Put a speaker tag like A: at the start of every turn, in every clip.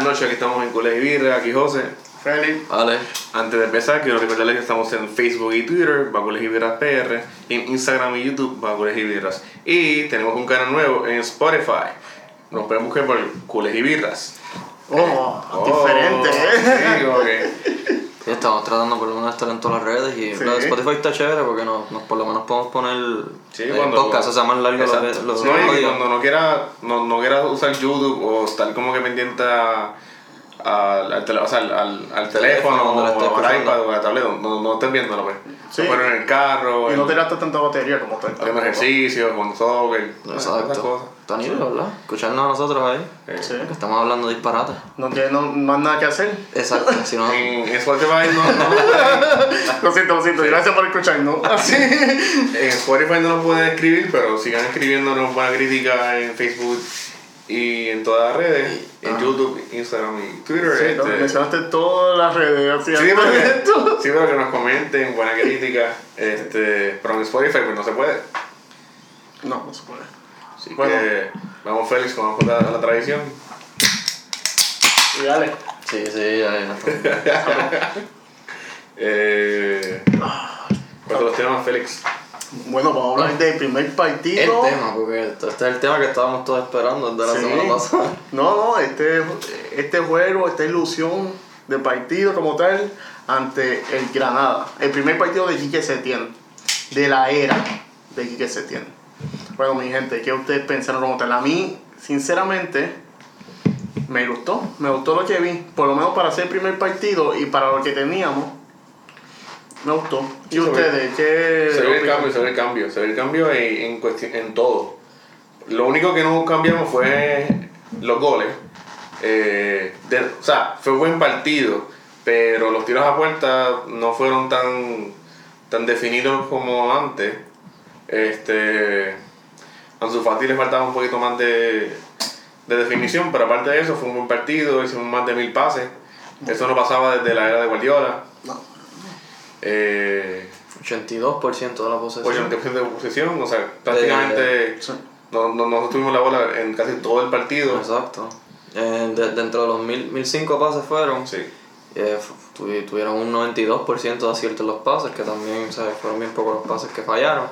A: muchachos, aquí estamos en Coles y Birra, aquí José.
B: Feli.
C: Ale,
A: Antes de empezar, quiero recordarles que estamos en Facebook y Twitter, Bacules y Birras PR, en Instagram y YouTube, Bacules y Birras. Y tenemos un canal nuevo en Spotify. Nos pueden buscar por Cules y Birras.
B: Oh,
A: Oh,
B: diferente,
A: sí,
B: ¿eh?
A: como que-
C: sí, estamos tratando por lo menos de estar en todas las redes y
B: Sí.
C: lo de Spotify está chévere porque nos, nos- por lo menos podemos poner
A: Sí,
C: eh,
A: cuando-
C: podcast, o sea, más largo lo que-
A: Exacto.
C: lo
A: No, y
C: lo
A: que
C: digo.
A: cuando no quiera, no, no quiera usar YouTube o estar como que pendiente a- a- al, tele- o sea, al, al- al teléfono,
C: cuando la estés
A: o al
C: usando.
A: iPad o a la tableta, no, no estés viéndolo pues.
B: Sí.
A: Lo ponen en el carro,
B: Y no
A: en-
B: te gastas tanta batería como tú.
A: haciendo ejercicio, con soccer, esas cosas.
C: Exacto. Está nítido, ¿verdad? Escucharnos a nosotros ahí.
A: Eh,
B: Sí.
C: Que estamos hablando disparate.
B: No tienes no, más nada que hacer.
C: Exacto, si no.
A: En en Spotify no, no-
B: Lo siento, lo siento. Gracias por escucharnos. Así.
A: en Spotify no nos pueden escribir, pero sigan escribiéndonos buena crítica en Facebook y en todas las redes, en
C: Ah.
A: YouTube, Instagram y Twitter.
B: Sí,
A: este,
B: no, mencionaste todas las redes. Así,
A: Sí,
B: antes
A: pero,
B: de esto.
A: que, sí, pero que nos comenten, buena crítica. Este, pero en Spotify pues no se puede.
B: No, no se puede.
A: Así
B: Bueno.
A: que vamos Félix, vamos con la, la tradición.
B: Y dale.
C: Sí, sí, ahí no está.
A: Eh, ¿Cuáles son los temas, Félix?
B: Bueno, vamos a hablar del primer partido.
C: El tema, porque este es el tema que estábamos todos esperando desde la
B: Sí.
C: semana pasada.
B: No, no, este, este juego, esta ilusión de partido como tal ante el Granada. El primer partido de Quique Setién, de la era de Quique Setién. Bueno, mi gente, ¿qué ustedes pensaron como tal? A mí, sinceramente, me gustó. Me gustó lo que vi. Por lo menos para hacer el primer partido y para lo que teníamos, me gustó. ¿Y
A: Sí, se ve-
B: ustedes? ¿Qué
A: Se ve el
B: opinan?
A: cambio, se ve el cambio, se ve el cambio en, en, cuestión- en todo. Lo único que no cambiamos fue los goles. Eh, de- o sea, fue buen partido, pero los tiros a puerta no fueron tan, tan definidos como antes. Este, a Ansu Fati le faltaba un poquito más de, de definición, pero aparte de eso fue un buen partido, hicimos más de mil pases. Eso no pasaba desde la era de Guardiola.
B: No.
A: Eh,
C: 82% de la posesión.
A: 80% Pues de posesión, o sea, prácticamente
B: Sí.
A: no, no, nosotros tuvimos la bola en casi todo el partido.
C: Exacto. Eh, de- dentro de los mil, 1005 pases fueron.
A: Sí.
C: Eh, f- tuvi- tuvieron un 92% de acierto en los pases, que también o sea, fueron bien pocos los pases que fallaron.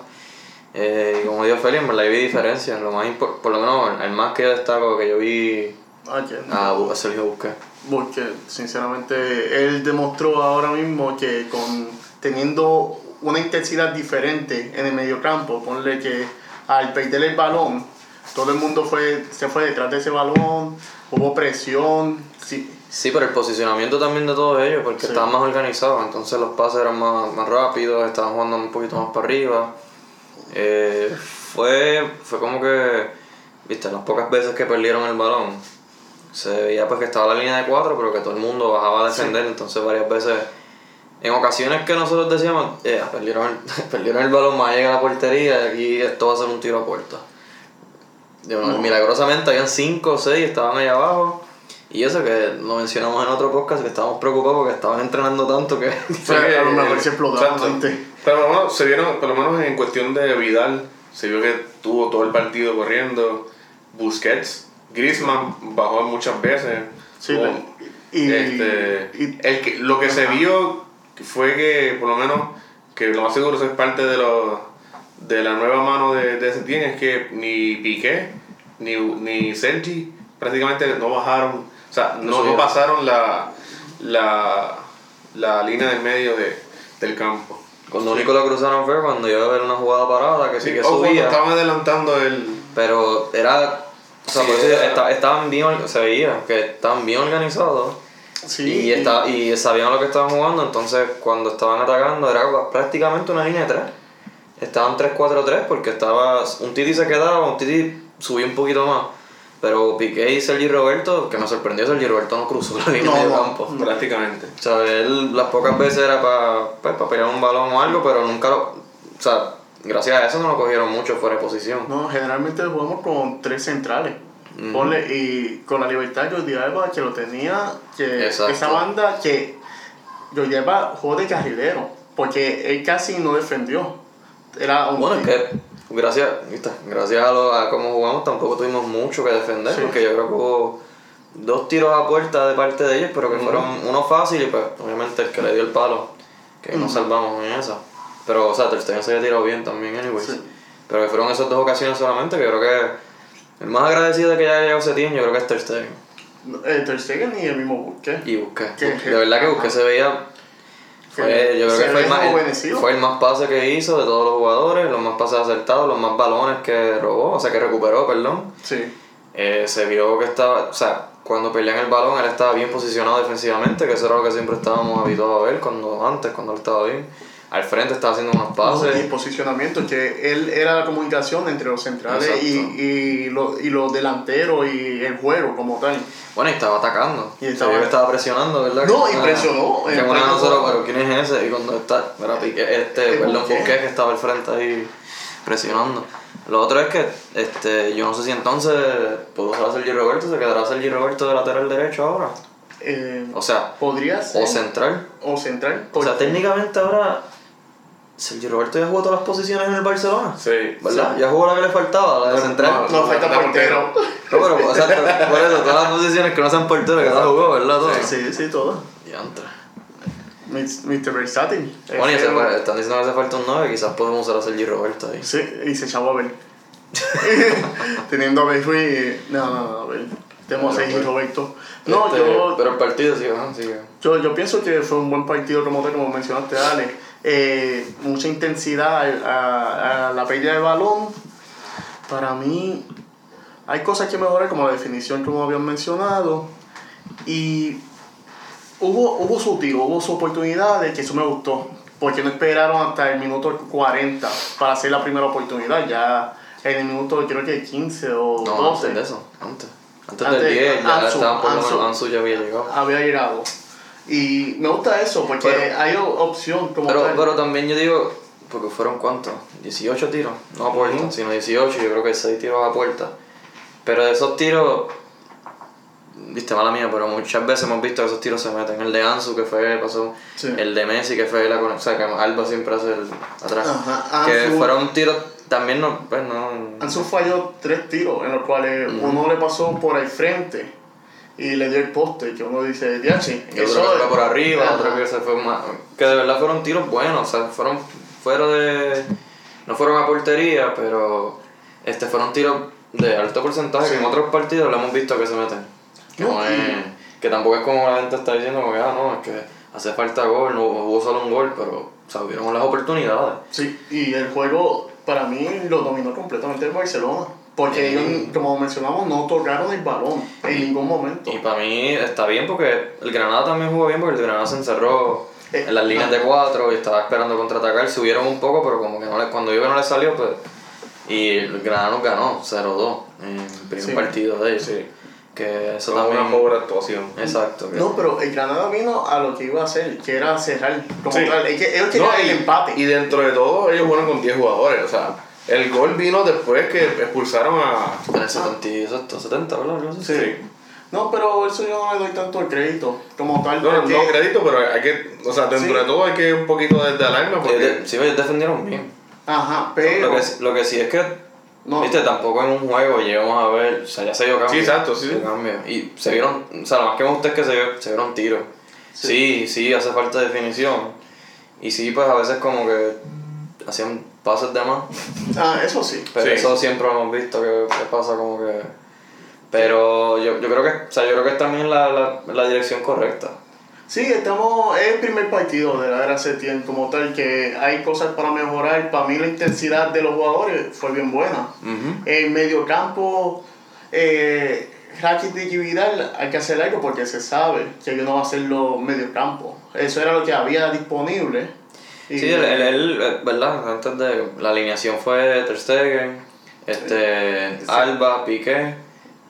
C: Eh, y como dijo Feli, en verdad yo vi diferencias. Lo más impor- por lo menos el más que yo destaco que yo vi
B: Ayer.
A: Ah,
C: a, Bu- a Sergio Busquets.
B: Porque sinceramente él demostró ahora mismo que con teniendo una intensidad diferente en el mediocampo, ponle que al perder el balón, todo el mundo fue, se fue detrás de ese balón, hubo presión, sí,
C: Sí, pero el posicionamiento también de todos ellos, porque
B: Sí.
C: estaban más organizados, entonces los pases eran más, más rápidos, estaban jugando un poquito más para arriba. Eh, fue, fue como que, viste, las pocas veces que perdieron el balón, se veía pues que estaba la línea de cuatro, pero que todo el mundo bajaba a defender, entonces varias veces, en ocasiones que nosotros decíamos, "Eh, perdieron, el, perdieron el balón, más llega a la portería, y aquí esto va a ser un tiro a puerta. De una- Milagrosamente habían 5 o 6, estaban ahí abajo. Y eso que lo mencionamos en otro podcast, que estábamos preocupados porque estaban entrenando tanto que...
B: O sea, a lo mejor se
A: Eh,
B: explotaron
A: exacto.
B: antes.
A: Pero por lo menos se vieron, por lo menos en cuestión de Vidal, se vio que tuvo todo el partido corriendo. Busquets, Griezmann bajó muchas veces.
B: sí,
A: Hubo-
B: y,
A: este,
B: y-
C: eh,
A: el que, lo que se vio fue que, por lo menos, que lo más seguro eso es parte de, lo, de la nueva mano de, de Setién, es que ni Piqué ni, ni Sergi prácticamente no bajaron, o sea,
C: No
A: no, no
C: subieron.
A: pasaron la, la, la línea del medio de, del campo.
C: Cuando único lo cruzaron fue cuando iba a ver una jugada parada que sí, que
A: o cuando
C: subía.
A: estaban adelantando el...
C: Pero era... O sea,
A: Sí,
C: por eso
A: era-
C: esta- estaban bien... or- Se veía que estaban bien organizados.
B: sí,
C: y, esta- y sabían lo que estaban jugando, entonces cuando estaban atacando era prácticamente una línea de tres. Estaban 3-4-3 porque estaba. Un Titi se quedaba, un Titi subía un poquito más. Pero Piqué y Sergi Roberto, que me sorprendió, Sergi Roberto no cruzó la línea
B: No,
C: de
B: no.
C: campo.
A: Prácticamente.
C: O sea, él las pocas veces era para pelear un balón o algo, pero nunca lo. O sea, gracias a eso no lo cogieron mucho fuera de posición.
B: No, generalmente jugamos con tres centrales. Ponle- y con la libertad Jordi Alba que lo tenía, que
C: Exacto.
B: esa banda que Jordi Alba jugó de carrilero, porque él casi no defendió. Era un
C: Bueno, es que gracias, ¿viste? gracias a, lo- a cómo jugamos tampoco tuvimos mucho que defender,
B: Sí.
C: porque yo creo que hubo dos tiros a puerta de parte de ellos, pero que fueron uno fácil y pues obviamente el que le dio el palo, que nos salvamos en esa. Pero, o sea, Ter Stegen se había tirado bien también, anyways.
B: Sí.
C: Pero que fueron esas dos ocasiones solamente, que yo creo que el más agradecido de que haya llegado ese tiempo, yo creo que es Ter Stegen.
B: El Ter Stegen y el mismo Busquets.
C: Y busqué.
B: Que-
C: De verdad que busqué se veía. fue- Eh, yo creo
B: se
C: que fue
B: ve
C: el, más, el,
B: rejuvenecido.
C: fue el más pase que hizo de todos los jugadores, los más pases acertados, los más balones que robó, o sea, que recuperó, perdón.
B: Sí.
C: Eh, se vio que estaba, o sea, cuando pelean el balón, él estaba bien posicionado defensivamente, que eso era lo que siempre estábamos habituados a ver cuando antes, cuando él estaba bien. Al frente estaba haciendo unos
B: No,
C: pases.
B: Y posicionamiento, que él era la comunicación entre los centrales y,
C: Exacto.
B: y, los, y los delanteros y el juego como tal.
C: Bueno, y estaba atacando.
B: Y
C: se
B: estaba-
C: vio que estaba presionando, ¿verdad?
B: No,
C: Que una-
B: impresionó.
C: que
B: Eh,
C: una
B: bueno,
C: nosotros, pero ¿quién es ese? Y cuando está, era Piqué- este,
B: Eh,
C: perdón,
B: Busquets.
C: Busquets que estaba al frente ahí presionando. Lo otro es que, este, yo no sé si entonces pudo ser Sergi Roberto, se quedará Sergi Roberto de lateral derecho ahora.
B: Eh,
C: O sea,
B: podría ser.
C: o central.
B: o central.
C: O sea,
B: porque-
C: técnicamente ahora Sergio Roberto ya jugó todas las posiciones en el Barcelona.
A: Sí.
C: ¿Verdad? Ya jugó la que le faltaba, la de central. No,
B: no, falta
A: Falta
B: portero.
C: pero o sea, pero por eso, todas las posiciones que no sean portero que ya jugó, ¿verdad? Todas.
B: Sí, sí, todo.
C: Diantre.
B: Mis- Mr. Versátil. Este,
C: Bueno, y
B: Ese-
C: hace fa- están diciendo que hace falta un 9, quizás podemos usar a Sergi Roberto ahí.
B: Sí, y se echaba a ver. Teniendo a Bejui. No, no, no, a ver. Tenemos a
C: Pero,
B: Sergio
C: pues,
B: Roberto. No,
C: Este,
B: yo.
C: Pero el partido sí, ajá, sí.
B: Yo, yo pienso que fue un buen partido, como, te- como mencionaste, Ale. Eh, mucha intensidad al- a, a la pérdida de balón. Para mí, hay cosas que mejorar, como la definición, como habían mencionado. Y hubo, hubo su tiro, hubo su oportunidad, que eso me gustó. Porque no esperaron hasta el minuto 40 para hacer la primera oportunidad. Ya en el minuto, creo que 15 o
C: No,
B: 12.
C: antes de eso, antes. Antes,
B: Antes,
C: del 10, ya
B: Ansu,
C: estaban por lo menos,
B: Ansu.
C: Ansu ya había llegado.
B: había llegado. Y me gusta eso, porque
C: Pero-
B: hay o- opción como
C: Pero,
B: tal.
C: pero también yo digo, porque fueron cuántos, 18 tiros, no a puerta,
B: Ujú.
C: sino 18, yo creo que 6 tiros a puerta. Pero de esos tiros, viste, mala mía, pero muchas veces hemos visto que esos tiros se meten. El de Ansu, que fue, pasó,
B: Sí.
C: el de Messi, que fue la conexión, o sea, que Alba siempre hace el atrás.
B: Ajá,
C: que
B: Ansu-
C: fueron tiros, también no, pues no...
B: Ansu falló tres tiros, en los cuales uno le pasó por el frente y le dio el poste, que uno dice, diache,
C: Y otro que se fue por arriba, otro que se fue más. Que de verdad fueron tiros buenos, o sea, fueron fuera de. No fueron a portería, pero este fueron tiros de alto porcentaje que en otros partidos lo hemos visto que se meten. Que,
B: No,
C: no
B: y-
C: es- que tampoco es como la gente está diciendo, como que, ah, no, es que hace falta gol, no hubo solo un gol, pero o sea, hubieron las oportunidades.
B: Sí, y el juego para mí lo dominó completamente el Barcelona. Porque
C: Sí.
B: ellos, como mencionamos, no tocaron el balón en ningún momento.
C: Y para mí está bien porque el Granada también jugó bien porque el Granada se encerró
B: Eh,
C: en las líneas
B: ah.
C: de cuatro y estaba esperando contraatacar. Subieron un poco, pero como que no le, cuando yo que no le salió, pues. Y el Granada nos ganó 0-2 en el primer
B: Sí.
C: partido de ellos. Que eso
A: Fue una
C: también.
A: pobre actuación.
C: Exacto. que-
B: No, pero el Granada vino a lo que iba a hacer, que era cerrar como
A: Sí.
B: tal. Es que ellos querían
A: No, y-
B: el empate.
A: Y dentro de todo, ellos jugaron con 10 jugadores. O sea, el gol vino después que expulsaron a.
C: En el 70, y- exacto, 70, ¿verdad? Algo así.
B: Sí. No, pero eso yo no le doy tanto crédito como tal.
A: No, no,
B: porque-
A: no crédito, pero hay que. O sea, dentro
B: Sí.
A: de todo hay que un poquito de, de alarma
C: Ellos
A: porque.
C: de- Sí, ellos defendieron bien.
B: Ajá, pero.
C: Lo que, lo que sí es que,
B: No.
C: viste, tampoco en un juego llegamos a ver, o sea, ya se vio cambio.
A: Sí, exacto, sí,
C: Se vio
A: sí.
C: cambio. Y se vieron, o sea, lo más que me gusta es que se, vio- se vieron tiros. Sí. sí, hace falta definición. Y sí, pues a veces como que hacían pases de más.
B: Ah, eso sí.
C: Pero
A: Sí.
C: eso siempre lo hemos visto que, que pasa como que... Pero yo, yo creo que, o sea, yo creo que es también la, la, la dirección correcta.
B: Sí, estamos. Es el primer partido de la era Setien como tal, que hay cosas para mejorar. Para mí, la intensidad de los jugadores fue bien buena. En medio campo, eh, Rakitic y Vidal, hay que hacer algo porque se sabe que ellos no van a hacer los medio campo. Eso era lo que había disponible. Y-
C: Sí, él, él, él, eh, ¿verdad? Antes de la alineación fue Ter Stegen, este, Alba, Piqué,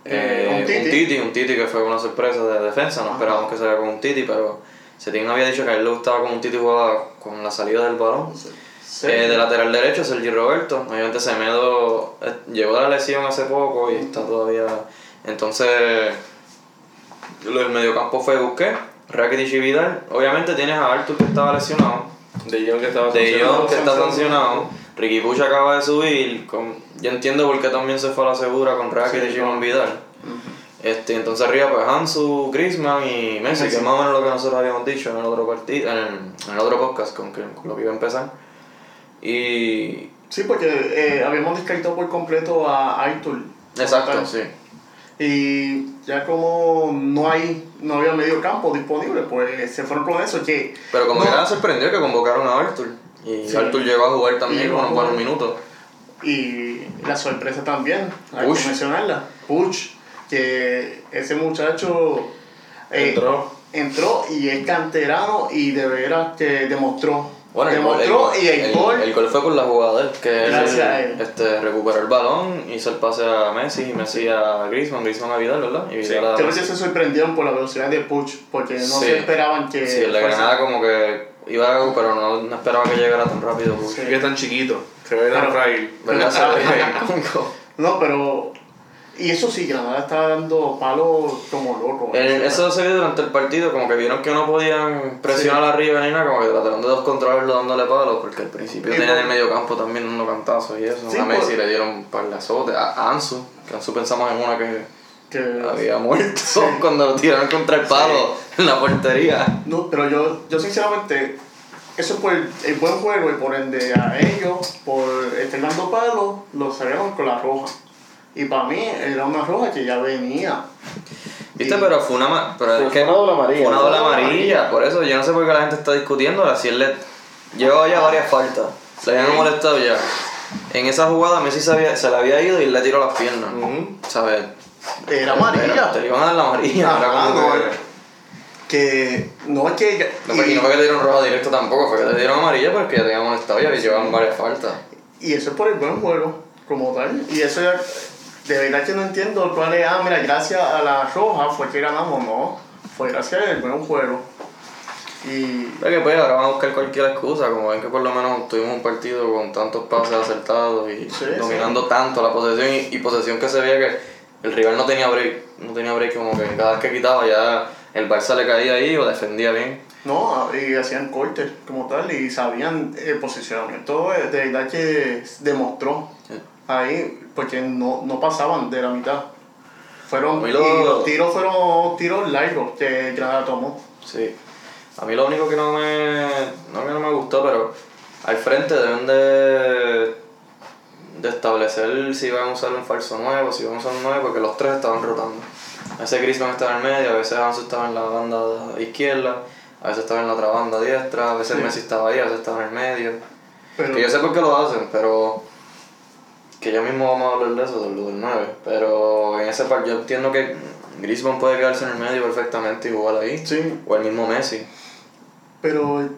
C: eh,
B: un
C: un,
B: Titi.
C: titi. un Titi, que fue una sorpresa de defensa, no
B: Ajá.
C: esperábamos que saliera con un Titi, pero Setien había dicho que a él le gustaba como un Titi jugaba con la salida del balón.
B: Sí.
C: Eh, de lateral derecho, Sergi Roberto. Obviamente Semedo eh, llegó de la lesión hace poco y está todavía... Entonces, lo del mediocampo fue Busquets, Rakitic y Vidal. Obviamente tienes a Artur que estaba lesionado.
A: De Jong que estaba
C: De
A: sancionado.
C: Jong que está
B: sancionado.
C: sancionado. Ricky Puch acaba de subir. Con, yo entiendo por qué también se fue a la segura con Rakitic
B: Sí,
C: y con Vidal. Este, entonces arriba pues Hansu, Griezmann y Messi, que es más o menos lo que nosotros habíamos dicho en el otro partido, en, el, en el otro podcast con, que- con lo que iba a empezar. Y
B: Sí, porque eh, habíamos descartado por completo a Aitor.
C: exacto, sí.
B: Y ya como no hay, no había medio campo disponible, pues se fueron con eso que
C: Pero como
B: No.
C: que nada sorprendió que convocaron a Arthur. Y
B: Sí.
C: Arthur llegó a jugar
B: Y
C: también
B: llegó a
C: unos buenos
B: jugar.
C: minutos.
B: y la sorpresa también, hay
C: Puch.
B: que mencionarla. Puch, que ese muchacho eh,
A: Entró.
B: entró y es canterano y de veras que demostró.
C: Bueno, el gol- el
B: demostró
C: gol-
B: y el, gol.
C: el gol fue con la jugada de él, que él,
B: Gracias a él.
C: Este, recuperó el balón, hizo el pase a Messi, Messi a Griezmann, Griezmann a Vidal, ¿verdad? Y Vidal a
B: Creo que
C: Messi.
B: se sorprendieron por la velocidad de Puch, porque no
C: Sí.
B: se esperaban que.
C: Sí, la
B: fuese-
C: Granada como que iba a pero no, no esperaba que llegara tan rápido. Puch.
B: Sí.
A: que es tan chiquito, se ve
B: Claro.
A: tan frágil.
C: ¿Verdad? Se
B: Pero-
C: ve con gol.
B: No, pero. Y eso sí, Granada está dando palos como loco.
C: El- Eh, eso se vio durante el partido, como que vieron que no podían presionar arriba ni nada, como que trataron de descontrolarlo dándole palos, porque al principio
B: Sí,
C: tenían
B: por-
C: el medio campo también dando cantazos y eso.
B: Sí,
C: a Messi
B: por-
C: le dieron un par de azotes, a, a Ansu, que Ansu pensamos en una que
B: Que-
C: había muerto cuando lo tiraron contra el palo en la portería.
B: No, pero yo, yo sinceramente, eso por el, el buen juego y por ende a ellos, por estar dando palos, lo sacaron con la roja. Y para mí era una roja que ya venía.
C: ¿Viste?
B: Y-
C: Pero fue una, ma- pero es
D: Fue
C: que-
D: una doble amarilla,
C: fue una
D: ¿no?
C: doble amarilla, por eso yo no sé por qué la gente está discutiendo. Si él le llevaba ya varias faltas, le habían molestado ya. En esa jugada Messi se, había- se le había ido y le tiró las piernas.
A: Ujú.
C: ¿Sabes?
B: Era
C: Era-
B: amarilla.
C: Te le iban a dar la amarilla.
B: Ajá,
C: era como
B: no,
C: que-
B: era- Que no es que.
C: no fue, y no fue que le dieron roja directo tampoco, fue que le dieron amarilla porque ya te habían molestado ya le llevaban varias faltas.
B: Y eso es por el buen juego, como tal. Y eso ya, de verdad que no entiendo cuál es, ah, mira, gracias a la roja fue que ganamos, no. Fue gracias al buen juego. Y
C: Pero que pues ahora van a buscar cualquier excusa, como ven que por lo menos tuvimos un partido con tantos pases acertados y
B: Sí,
C: dominando tanto la posesión y, y posesión que se veía que el rival no tenía break, no tenía break como que cada vez que quitaba ya el Barça le caía ahí o defendía bien.
B: no, y hacían cortes como tal y sabían el posicionamiento, eh, de verdad que demostró
C: Sí.
B: ahí, porque no, no pasaban de la mitad.
C: A
B: Fueron,
C: mí
B: y
C: lo-
B: los tiros fueron tiros largos que Granada tomó.
C: Sí. A mí lo único que no me. No que no me gustó, pero al frente deben de. de establecer si van a usar un falso nuevo, si van a usar un nuevo, porque los tres estaban rotando. A veces Griezmann estaba en el medio, a veces Ansu estaba en la banda izquierda, a veces estaba en la otra banda diestra, a veces
B: Sí.
C: Messi estaba ahí, a veces estaba en el medio.
B: Pero,
C: Que yo sé por qué lo hacen, pero. Que ya mismo vamos a hablar de eso, del, del 9. Pero en ese par yo entiendo que Griezmann puede quedarse en el medio perfectamente y jugar ahí.
B: sí,
C: O el mismo Messi.
B: Pero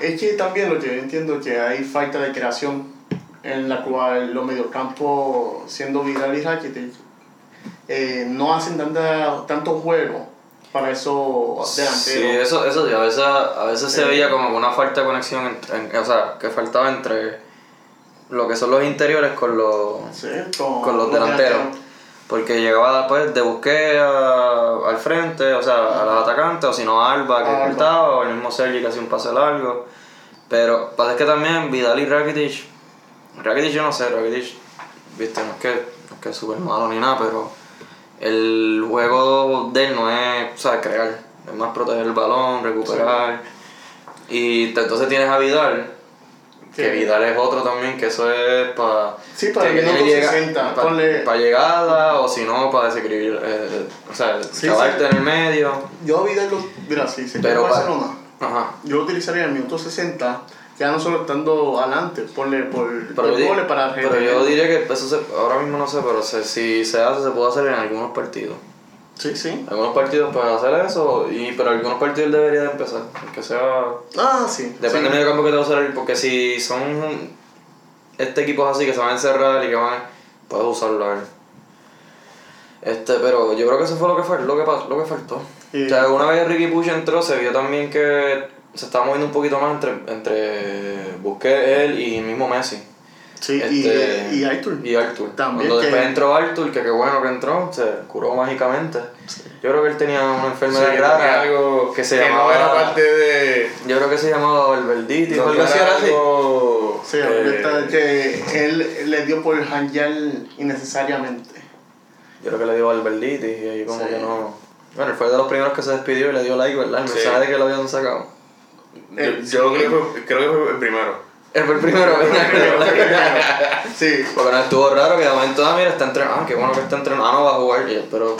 B: es que también lo que yo entiendo es que hay falta de creación en la cual los mediocampos, siendo Vidal y Rakitic, eh, no hacen tanta, tanto juego para esos
C: Sí,
B: delanteros.
C: eso, eso sí, a veces, a veces se
B: Sí.
C: veía como una falta de conexión, entre, en- o sea, que faltaba entre lo que son los interiores con los,
B: Sí, con,
C: con los delanteros. Porque llegaba después de busque a- al frente, o sea, a los atacantes, o si no a Alba que
B: A Alba.
C: cortaba, o el mismo Sergi que hacía un pase largo. Pero pasa es que también Vidal y Rakitic, Rakitic yo no sé, Rakitic, viste, no es que, no es que es súper malo ni nada, pero el juego de él no es, o sea, crear, es más proteger el balón, recuperar. Y te- entonces tienes a Vidal, que
B: Que-
C: Vidal es otro también, que eso es para...
B: Sí, para el minuto 60,
C: Para
B: ponle-
C: llegada o si no, para desequilibrar, eh, o sea,
B: Sí,
C: clavarte
B: sí.
C: en el medio.
B: Yo a Vidal, lo- mira, si se
C: Pero
B: quiere
C: para-
B: Barcelona,
C: Ajá.
B: yo lo utilizaría en el minuto 60, ya no solo estando adelante, ponle por
C: Pero,
B: por
C: yo,
B: goles para
C: pero
B: retener.
C: yo diría que eso se- ahora mismo no sé, pero se- si se hace, se puede hacer en algunos partidos.
B: Sí, sí.
C: Algunos partidos pueden hacer eso, y, pero algunos partidos debería de empezar. Aunque sea.
B: Ah, sí.
C: Depende del
B: sí.
C: medio campo que te va a usar, él, porque si son este equipo así que se van a encerrar y que van. Puedes usarlo a ver. Este, pero yo creo que eso fue lo que, fal- lo que, pas- lo que faltó.
B: Y-
C: O sea, una vez Ricky Push entró, se vio también que se estaba moviendo un poquito más entre, entre Busquets, él y el mismo Messi.
B: Sí,
C: Este,
B: y, y Aitor.
C: Y Arthur.
B: También
C: Cuando
B: que-
C: después entró Arthur, que qué bueno que entró, se curó mágicamente. Yo creo que él tenía una
A: Sí,
C: enfermedad
A: que tenía
C: rara.
A: algo
C: que se
A: no
C: llamaba-
A: era parte de.
C: Yo creo que se llamaba Valverditis o
A: no
C: algo así.
A: era
C: era así.
A: algo,
B: Sí,
A: eh,
B: ahorita que él le dio por janguear innecesariamente.
C: Yo creo que le dio a Albertiti y ahí como
B: Sí.
C: que no. Bueno, él fue de los primeros que se despidió y le dio like, ¿verdad? El mensaje de que lo habían sacado.
A: Yo,
B: Eh,
A: yo
B: sí.
A: creo, que fue, creo que fue el primero.
C: Él fue el primero que le dio like.
B: Sí.
C: Porque no estuvo raro que de momento, ah, mira, está entrenando. Ah, qué bueno que está entrenando. Ah, no va a jugar. Y él, pero,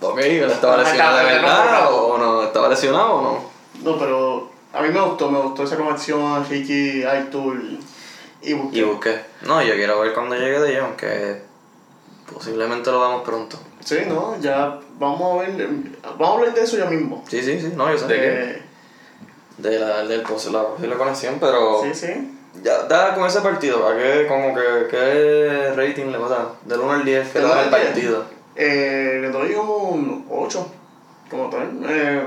C: ok, él estaba
B: Ajá,
C: lesionado de
B: estaba
C: verdad
B: lesionado.
C: o no. ¿Estaba lesionado o no?
B: No, pero a mí me gustó, me gustó esa conexión Ricky, Arthur y Buki.
C: Y busqué. No, yo quiero ver cuando llegue de Jong, que posiblemente lo damos pronto.
B: Sí, no, ya vamos a ver, vamos a hablar de eso ya mismo.
C: Sí, sí, sí, no, yo sé.
A: ¿De qué?
B: Eh,
C: De la, del pos- la posible conexión, pero.
B: Sí, sí.
C: Ya, da con ese partido, ¿a qué, como que, qué rating le vas a dar? Del 1 al 10, que
B: ¿Del
C: le
B: uno
C: da el
B: al diez?
C: partido.
B: Eh, le doy un 8, como tal. Eh,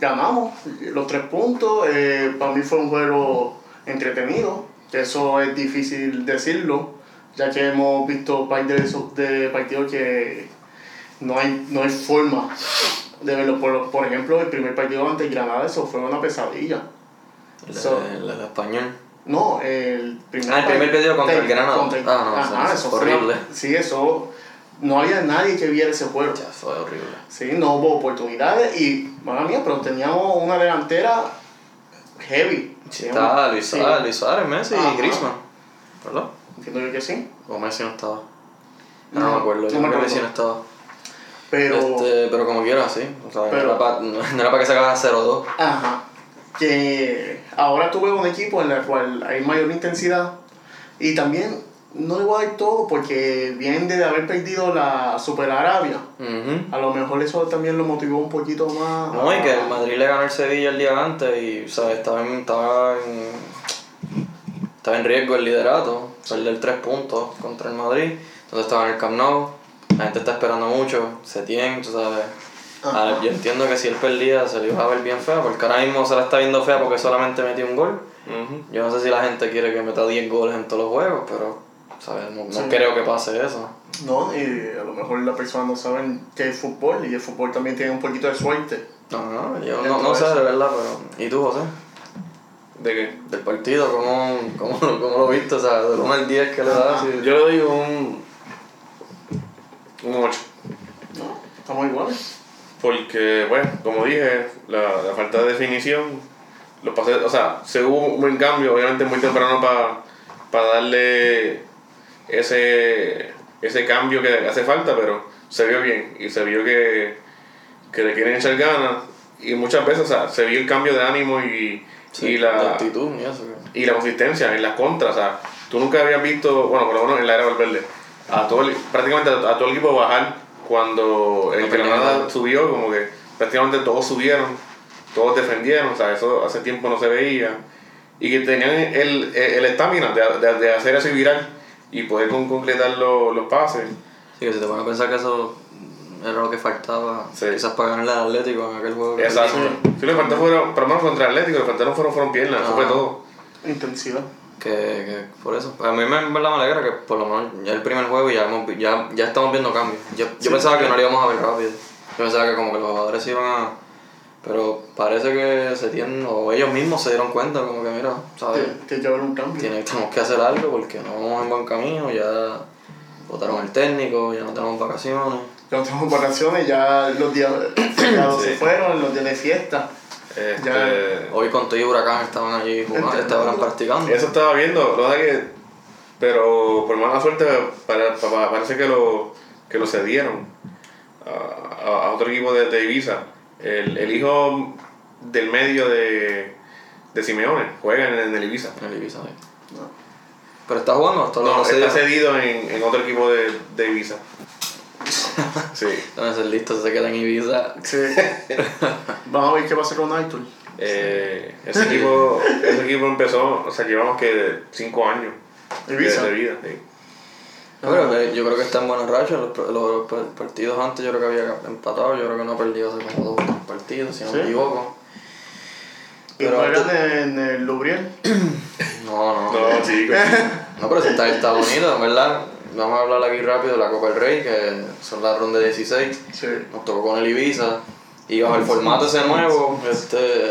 B: ganamos los tres puntos. eh, para mí fue un juego entretenido. Eso es difícil decirlo, ya que hemos visto partidos de esos- de partidos que no hay, no hay forma de verlo. Por, por ejemplo, el primer partido ante Granada, eso fue una pesadilla.
C: El,
B: So-
C: el- el español.
B: No, el primer,
C: Ah, el primer partido contra el Granada.
B: contra el-
C: Ah, no,
B: Ajá,
C: eso-
B: eso
C: fue
B: fue
C: horrible.
B: una- sí, eso. No había nadie que viera ese juego.
C: Ya, fue horrible.
B: Sí, no hubo oportunidades y, mala mía, pero teníamos una delantera heavy.
C: Sí,
B: Teníamos-
C: estaba Luis,
B: sí,
C: Suárez, Luis Suárez, Messi
B: Ajá.
C: y Griezmann. ¿Verdad?
B: Entiendo yo que sí.
C: O Messi no estaba.
B: No,
C: No, no me acuerdo, yo
B: no me
C: creo que
B: acuerdo.
C: Messi no estaba.
B: Pero,
C: Este, pero como quiera, sí. O sea,
B: Pero-
C: no era para que sacabas a 0-2.
B: ajá, que ahora tuve un equipo en el cual hay mayor intensidad y también no le voy a dar todo porque vienen de haber perdido la Super Arabia.
C: Ujú.
B: A lo mejor eso también lo motivó un poquito más.
C: No, y que el
B: a-
C: Madrid le ganó el Sevilla el día antes y o sea, estaba, en, estaba, en, estaba en riesgo el liderato, perder tres puntos contra el Madrid. Entonces estaba en el Camp Nou, la gente está esperando mucho, Setién, tú sabes. Ah,
B: Ajá.
C: yo entiendo que si él perdía se le iba a ver bien fea, porque ahora mismo se la está viendo fea porque solamente metió un gol. Yo no sé si la gente quiere que meta 10 goles en todos los juegos, pero ¿sabes? no, no
B: Sí.
C: creo que pase eso.
B: No, y a lo mejor las personas no saben que es fútbol y el fútbol también tiene un poquito de suerte.
C: No, no, yo
B: Dentro
C: no, no
B: de
C: sé
B: eso.
C: de verdad, pero... ¿Y tú, José?
A: ¿De qué?
C: del partido, ¿cómo, cómo, cómo lo viste? O sea, del 1 al 10 que le das.
B: Ajá.
C: y-
A: Yo le doy un. Un 8.
B: No, estamos iguales.
A: Porque, bueno, como dije, la, la falta de definición, los pases, o sea, se hubo un buen cambio, obviamente muy temprano para darle ese, ese cambio que hace falta, pero se vio bien y se vio que, que le quieren echar ganas y muchas veces, o sea, se vio el cambio de ánimo y,
C: sí,
A: y la,
C: actitud y eso. que-
A: y la consistencia en las contras. O sea, tú nunca habías visto, bueno, por lo menos en la era Valverde, a todo el- prácticamente a, a todo el equipo bajar cuando el
C: No perdían
A: Granada
C: nada.
A: subió, como que prácticamente todos subieron, todos defendieron, o sea, eso hace tiempo no se veía. Y que tenían el el- el estamina de, de, de hacer ese viral y poder con- concretar lo- los pases.
C: Sí, que si te pones a pensar que eso mm, era lo que faltaba,
A: Sí.
C: quizás para ganar el Atlético en aquel juego. que
A: Exacto.
C: perdimos,
A: Si le faltó fueron, por lo menos contra el Atlético, le faltaron fueron, fueron piernas, eso fue
C: Ah.
A: todo.
B: Intensidad.
C: Que, que por eso. A mí me, en verdad me alegra que por lo menos ya el primer juego ya, hemos, vi- ya, ya estamos viendo cambios. Yo, yo
B: Sí.
C: pensaba que no lo íbamos a ver rápido. Yo pensaba que como que los jugadores se iban a... Pero parece que se tienen, o ellos mismos se dieron cuenta, como que mira, ¿sabes?
B: Tiene que llevar un cambio.
C: tiene- tenemos que hacer algo porque no vamos en buen camino, ya votaron al técnico, ya no tenemos vacaciones.
B: Ya no tenemos vacaciones, ya los días feriados
A: Sí.
B: se fueron, los días de fiesta.
A: Este,
B: Ya.
C: Hoy con todo y Huracán estaban allí jugando,
B: Entrenando.
C: estaban practicando.
A: Eso estaba viendo, lo verdad que. Pero por mala suerte, para, para- parece que lo, que lo cedieron a, a- a otro equipo de, de Ibiza. El, el hijo del medio de, de Simeone juega en, el- en el Ibiza.
C: En el Ibiza, sí.
B: No. este
C: Pero está jugando hasta
A: No,
C: los
A: está cedido en, en otro equipo de, de Ibiza. Sí.
C: Entonces listos, se quedan en Ibiza.
B: Sí. Vamos a ver qué pasa con Aitor.
A: Eh, ese, equipo, ese equipo empezó, o sea, llevamos que cinco años de,
B: Ibiza.
A: de vida. sí.
C: Yo creo que, yo creo que está en buena racha. Los, los par- partidos antes yo creo que había empatado. Yo creo que no ha perdido hace como dos o tres partidos, si no
B: Sí.
C: me equivoco.
B: Y
C: Pero
B: juegan
C: tú-
B: en el Lubriel.
C: No, no.
A: No, chicos.
C: No, pero sí está, está bonito, en verdad. Vamos a hablar aquí rápido de la Copa del Rey, que son la ronda 16.
B: Sí.
C: Nos tocó con el Ibiza. Y bajo el formato ese nuevo, este,